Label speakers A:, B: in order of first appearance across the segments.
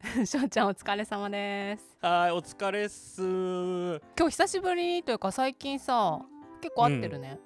A: 翔ちゃんお疲れ様です
B: はい、お疲れっす。
A: 今日久しぶりというか最近さ結構会ってるね、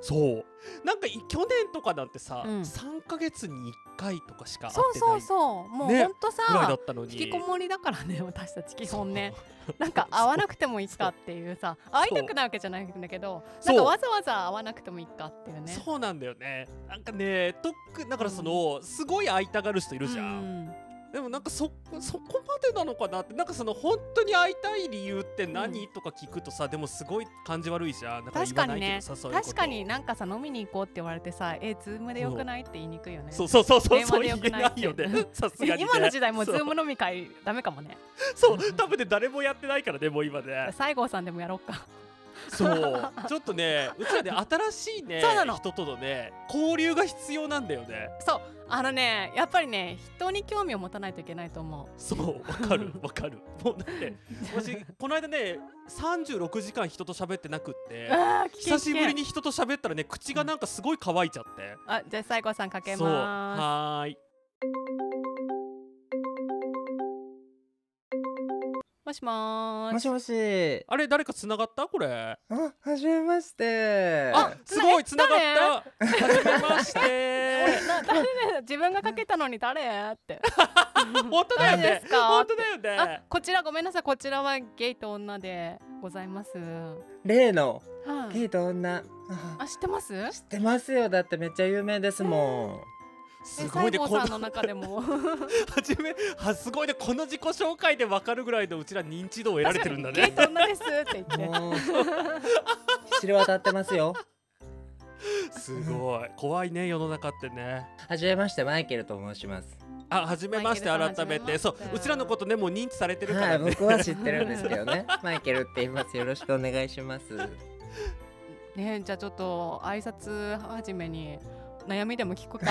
B: そう。なんかい去年とかだってさ、
A: うん
B: 三3ヶ月に1回とかしか会
A: そう
B: って
A: そ
B: な
A: う
B: い
A: そうもう
B: ね
A: ほんと
B: ぐらいだ
A: さ、
B: ったのに。
A: 引きこもりだからね私たち基本ねなんか会わなくてもいいかっていうさ会いたくないわけじゃないんだけどな
B: そ
A: ん
B: う
A: かわざわざ会わなくてもいいかっていうね
B: そうなんだよね。なんかね、とっくだからその、すごい会いたがる人いるじゃ。
A: うんん
B: でもなんかそそこまでなのかなって、なんかその本当に会いたい理由って何、とか聞くとさ、でもすごい感じ悪いじゃん。だから
A: 確
B: 言
A: か
B: わな
A: に
B: いけ
A: ね
B: どさ、そういうこと
A: 確かに。なんかさ飲みに行こうって言われてさえズームでよくないって言いにくいよね
B: そうそうそうそう
A: 電
B: そ
A: 話
B: う
A: で
B: 言
A: よ
B: え
A: くない
B: な
A: って
B: いよね。さすがに、ね。
A: 今の時代もズ
B: そう
A: ーム飲み会ダメかもね
B: そう多分ね誰もやってないからねもう今ね
A: 西郷さんでもやろうか
B: そうちょっとねうちらね新しいね
A: そうなの
B: 人とのね交流が必要なんだよね
A: そうあのねやっぱりね人に興味を持たないといけないと思
B: そうわかるわかるもうだって
A: う
B: 私この間ね36時間人と喋ってなくって
A: あー危険
B: 久しぶりに人と喋ったらね口がなんかすごい乾いちゃって、
A: あじゃあ西郷さんかけ
B: そう
A: ま
B: はーい
A: すもしもー
C: も
A: し
C: しもし。
B: あれ誰か繋がったこれ
C: あ、はじめまして。
B: あすごい繋
A: 繋が
B: がっ
A: った
B: 初めまして
A: な誰ね自分がかけたのに誰って
B: 本当だ
A: 誰
B: よね
A: ですか
B: 本当だよ
A: あ
B: ね
A: こちらごめんなさいこちらはゲイと女でございます
C: 例の
A: はい
C: ゲイと女。あ
A: あ知ってますえ
C: 知ってますよ。だってめっちゃ有名ですも
B: す
A: 西
B: ごいね
A: 郷
B: こ
A: さ
B: ん
A: んの中でも
B: はじめはすごいねこの自己紹介でわかるぐらいのうちら認知度を得られてるんだ
A: ゲイ
B: ね
A: と女ですって
C: ん。
A: 言って
C: もう知れ渡ってますよ。
B: すごい怖いね世の中ってね
C: はじめましてマイケルと申します。
B: あ初めまして
A: マイケルさん
B: 改めてそ
A: 初めまして
B: ううちらのことねもう認知されてるか
C: は
B: ら
C: い、
B: ね
C: 僕は知ってるんですけどね。マイケルって言います。よろしくお願いします。
A: ねじゃあちょっと挨拶始めに悩みでも聞く か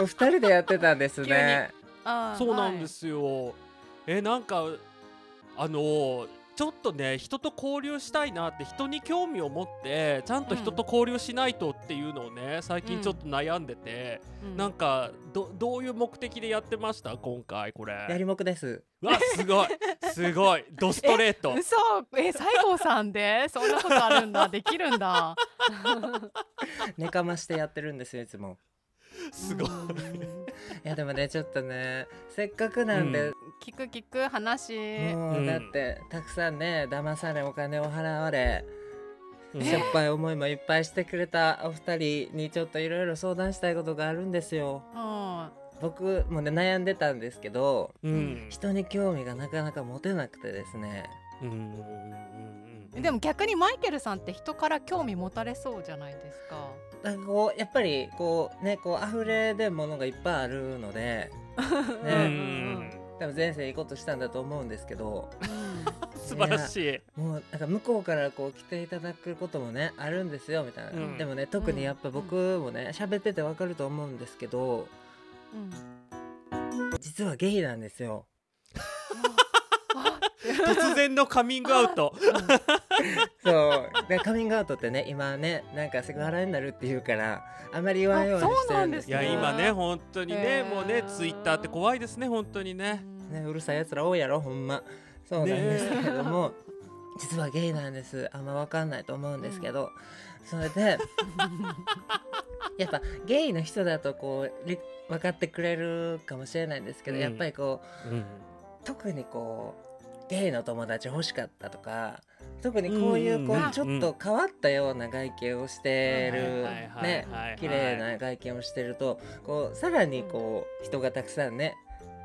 C: お二人でやってたんですね。
A: あー
B: そうなん
A: はい
B: ですよ、えなんかあのーちょっとね人と交流したいなって人に興味を持ってちゃんと人と交流しないとっていうのをね最近ちょっと悩んでて、
A: うん
B: なんかどどういう目的でやってました今回これ
C: やりもくです。
B: うわすごいすごいドストレート
A: 嘘え西郷さんでそんなことあるんだできるんだ
C: 寝かましてやってるんですよいつも。
B: すごい
A: うん
C: いやでもねちょっとねせっかくなんで、
A: 聞く聞く話
C: も
B: うん
C: うだってたくさんね騙されお金を払われ
B: うん
C: しょっぱい思いもいっぱいしてくれたお二人にちょっといろいろ相談したいことがあるんですよ。
A: うん
C: 僕もね悩んでたんですけど
B: うん
C: 人に興味がなかなか持てなくてですね
B: うんうんうんうん
A: でも逆にマイケルさんって人から興味持たれそうじゃないですか
C: なんかこうやっぱりこうねこう溢れ出るものがいっぱいあるので、
B: うんうんう
C: ね、
B: ん
C: 多分前世いいことしたんだと思うんですけど
B: 素晴らしい。
C: もうなんか向こうからこう来ていただくこともねあるんですよみたいな、
B: うん
C: でもね特にやっぱ僕もね喋っててわかると思うんですけど
A: うんうん
C: 実はゲイなんですよ
B: 突然のカミングアウ ト。
C: そうでカミングアウトってね今ねなんかセクハラになるっていうからあんまり言わんようにしてるんです
B: い
C: けど
B: や今ね本当にね
A: へー
B: もうねツイッターって怖いですね本当にね。
C: ねうるさいやつら多いやろほんまそうなんですけれども、実はゲイなんですあんまわかんないと思うんですけど、それでやっぱゲイの人だとこうり分かってくれるかもしれないんですけど、
B: うん
C: やっぱりこう特にこうゲイの友達欲しかったとか特にこうい
B: うん
C: うこ
B: うん
C: うちょっと変わったような外見をしてる
B: はいはい
C: ね
B: はいはい
C: 綺麗な外見をしてるとこうさらにこう人がたくさんね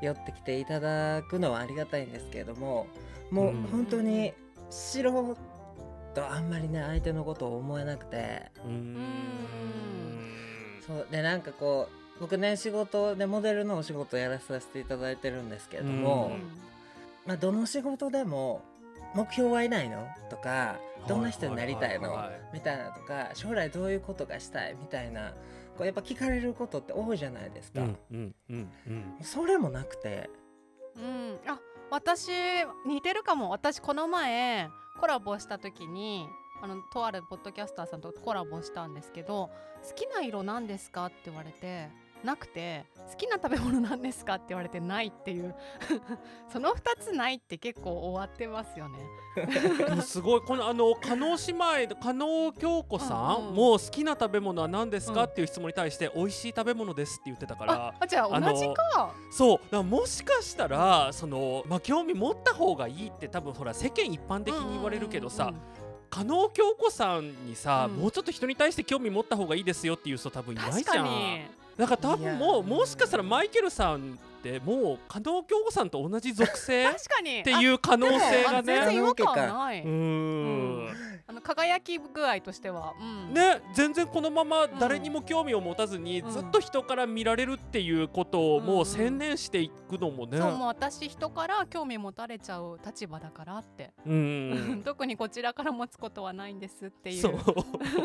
C: 寄ってきていただくのはありがたいんですけれどももう
B: うん
C: 本当に素人あんまりね相手のことを思えなくて
B: うーん
C: そうでなんかこう僕ね仕事でモデルのお仕事をやらさせていただいてるんですけれども。
B: うん
C: まあ、どの仕事でも目標はいないのとかどんな人になりたい
B: は
C: の
B: いはいはいはい
C: みたいなとか将来どういうことがしたいみたいなこうやっぱ聞かれることって多いじゃないです
B: う
C: か、
B: んうんうんうん
C: それもなくて
A: うん、あ私似てるかも私この前コラボした時にあのとあるポッドキャスターさんとコラボしたんですけど「好きな色何ですか?」って言われてなくて好きな食べ物なんですかって言われてないっていう その2つないって結構終わってますよね。
B: でも すごいこのあの加納姉妹加納京子さ
A: うんうん
B: んもう好きな食べ物は何ですか
A: うん
B: っていう質問に対して美味しい食べ物ですって言ってたから
A: ああじゃあ
B: あの
A: 同じか。
B: そうだからもしかしたらそのまあ興味持った方がいいって多分ほら世間一般的に言われるけ
A: う
B: ど
A: ん
B: さ
A: うんうん
B: 加納京子さんにさ
A: うん
B: もうちょっと人に対して興味持った方がいいですよっていう人多分
A: う
B: い
A: ん
B: ない
A: 確
B: じ
A: か
B: ゃん
A: に。
B: だから多分もう
C: いや
B: もしかしたらマイケルさんってもう加納京子さんと同じ属性っ
A: 確かに。
B: ていう可能性
A: あ
B: が
A: でもあ全
B: ね
A: 然違和感な
B: う
A: い。
B: ーん
A: うあの輝き具合としては、うん、
B: ね、全然このまま誰にも興味を持たずに、
A: うん
B: ずっと人から見られるっていうことを
A: うん
B: も
A: うん
B: う専念していくのもね、
A: そうもう私人から興味持たれちゃう立場だからって、
B: うん
A: 特にこちらから持つことはないんですっていう
B: そう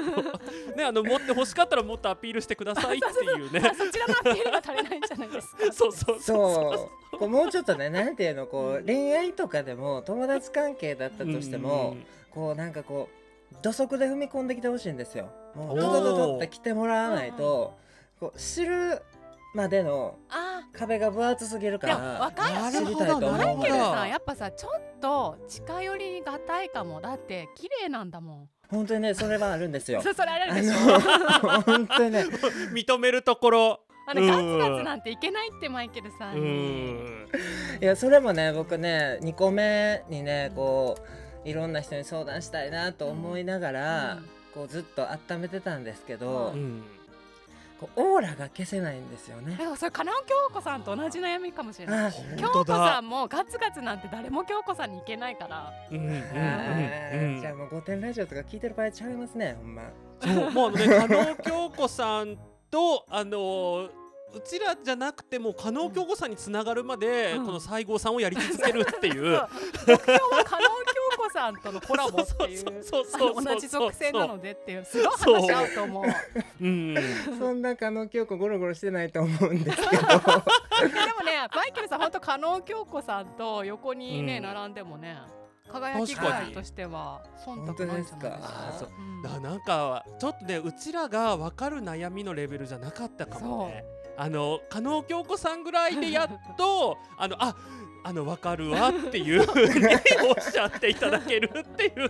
B: ねあの持って欲しかったらもっとアピールしてくださいっていうね
A: そちらのアピールが足りないんじゃないですか
B: そうそうそう
C: そうこうもうちょっとねなんていうのこう恋愛とかでも友達関係だったとしてもこうなんかこう土足で踏み込んできてほしいんですよ。
B: お
C: もう
B: ー
C: ドドドドって来てもらわないとこう知るまでの
A: あ
C: 壁が分厚すぎる
A: ー
C: か
A: でも
C: ら
A: 若い
B: な
C: 知
B: る
C: り
B: ほ
C: たいと
B: ど
C: 思う
A: マイケルさ
B: なんる
A: やっぱさちょっと近寄りがたいかもだって綺麗なんだもん
C: 本当にねそれはあるんですよ。
A: そそれあれ
C: あ
A: でしょ
C: の本当にね
B: 認めるところ
A: あの
B: うん
A: ガツガツなんていけないってマイケルさ
B: うん
A: に
B: ん
C: いやそれもね僕ね2個目にねこういろんな人に相談したいなと思いながら、
A: うん
C: こうずっと温めてたんですけど、
A: う
B: うん
C: こうオーラが消せないんですよね
A: で。もそれカナン京子さんと同じ悩みかもしれない
C: あ
A: 京
B: 本
A: 子
B: 当
A: さ
B: だ、
A: んもガツガツなんて誰も京子さんにいけないから
B: うんうんうん
C: あ
B: うん
C: ーじゃあもう「御殿ラジオ」とか聞いてる場合ちゃいますねほんま。
B: そうもうあのね加納京子さんとあのーうちらじゃなくてもう加納京子さんにつながるまで、
A: うん
B: この西郷さんをやり続けるっていう
A: そう目標は加納京子さんとのコラボっていう
B: そう
A: あ
B: そうそうそうそう
A: の同じ属性なのでっていうすごい
B: そう
A: 話し合うと思う。え
B: うん
C: そんな加納京子ゴロゴロしてないと思うんですけど
A: でもねマイケルさん本当加納京子さんと横にね、
B: うん並
A: 並んでもね輝き具
B: 確か
A: 合
B: に
A: としては忖度ないんじゃないです
C: 本当
A: か
C: ですか。
A: うん
B: ななんかちょっとねうちらが分かる悩みのレベルじゃなかったかもねあの加納京子さんぐらいでやっ とあのああの分かるわっていうふうにおっしゃっていただけるってい う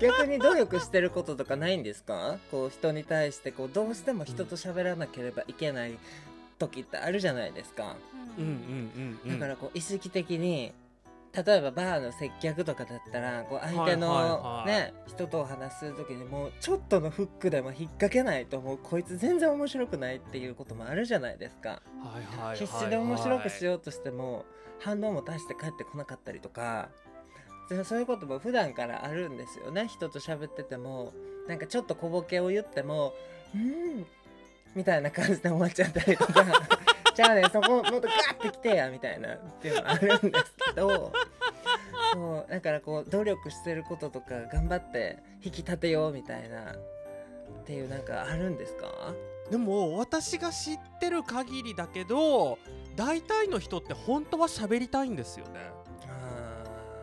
C: 逆に努力してることとかないんですかこう人に対してこうどうしても人と喋らなければいけない時ってあるじゃないですか。
A: う
B: うんんうんうんう
C: だ
B: ん
C: からこう意識的に例えばバーの接客とかだったらこう相手
B: はい
C: の
B: はいはい
C: ね人とお話しする時にもうちょっとのフックでも引っ掛けないともうこいつ全然面白くないっていうこともあるじゃないですか
B: はいはいはい
C: 必死で面白くし
B: よ
C: ようとしても反応も出して帰ってこなかったりとかでそういうことも普段からあるんですよね人と喋っててもなんかちょっと小ボケを言っても「うーん」みたいな感じで終わっちゃったりと か「じゃあねそこもっとガッてきてや」みたいなっていうのあるんですけど。そうだからこう努力してることとか頑張って引き立てようみたいなっていうなんかあるんですか
B: でも私が知ってる限りだけど大体の人って本当は喋りたいんですよね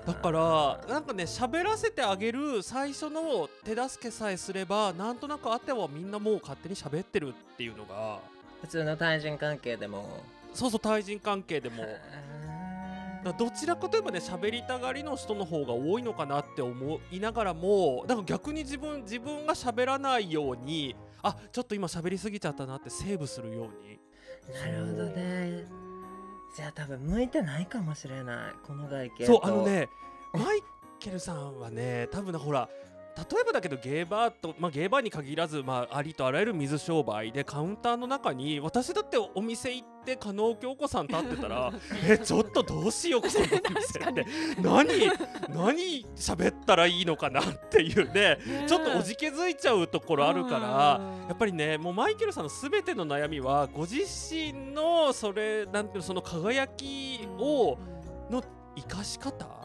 B: だからなんかね喋らせてあげる最初の手助けさえすればなんとなくあってはみんなもう勝手に喋ってるっていうのが
C: 普通の対人関係でも
B: そうそう対人関係でもだ
C: あ
B: からどちらかといえばね喋りたがりの人の方が多いのかなって思いながらもなんか逆に自分自分が喋らないようにあちょっと今喋りすぎちゃったなってセーブするように
C: ーなるほどねじゃあ多分向いてないかもしれないこの外見
B: そうあのねマイケルさんはね多分なほら例えばだけどゲーバーと、まあ、ゲーバーに限らず、まあ、ありとあらゆる水商売でカウンターの中に私だってお店行って加納京子さん立って たらえちょっとどうしようこの店
A: 確か
B: っ
A: に
B: て何何喋ったらいいのかなっていうねちょっとおじけづいちゃうところあるから。やっぱりねもうマイケルさんのすべての悩みはご自身のそれなんていうのその輝きをの生かし方が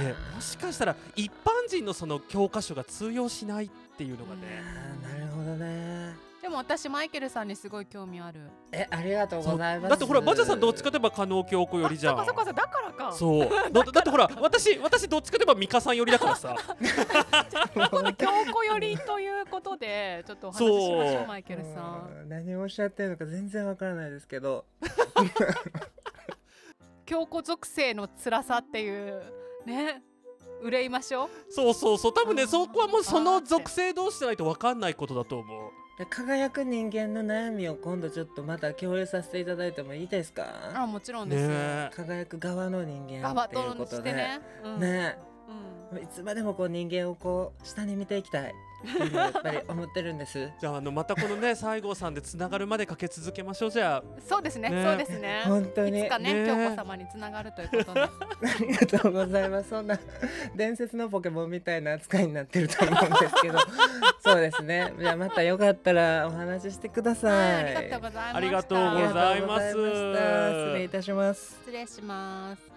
B: ねもしかしたら一般人のその教科書が通用しないっていうのが
C: あ
B: ね、
C: ーなるほどね
A: ででも私マイケルさんにすごい興味ある
C: えありがとうございます
B: だってほらバジャさんどっちかといえば加納京子よりじゃん
A: あそっかそっかだからか
B: そうだだってほら私私どっちかといえば美香さんよりだからさ
A: この京子寄りということでちょっとお話ししましょ
B: そうう
A: マイケルさん
C: うん何をおっしゃってるのか全然わからないですけど
A: 京子属性の辛さっていうね憂いましょう
B: そうそうそう多分
A: う
B: ね
A: ん
B: そこはもうその属性同士じゃないと分かんないことだと思う
C: で輝く人間の悩みを今度ちょっとまた共有させていただいてもいいです
A: あ
C: か
A: もちろん
B: ね
A: です、
B: え
C: 輝く側の人
A: ガ
C: 間
A: バ
C: っていう
A: ト
C: こ
A: ン
C: と
A: し
C: で
A: てね、うん
C: ね
A: うん
C: いつまでもこう人間をこう下に見ていきたいっていうのをやっ ぱり思ってるんです
B: じゃああのまたこのね西郷さんでつながるまでかけ続けましょうじゃあ
A: そうですね
B: ね
A: そうですね
C: 本当に
A: いつかね
B: ね
A: 京子様につながるということで
C: ありがとうございますそんな伝説のポケモンみたいな扱いになってると思うんです けどそうですねじゃあまたよかったらお話ししてくだ
A: は
C: さい
A: いありがとうございました
B: ありがとうございます
C: ありがとうございました失礼いたします
A: 失礼します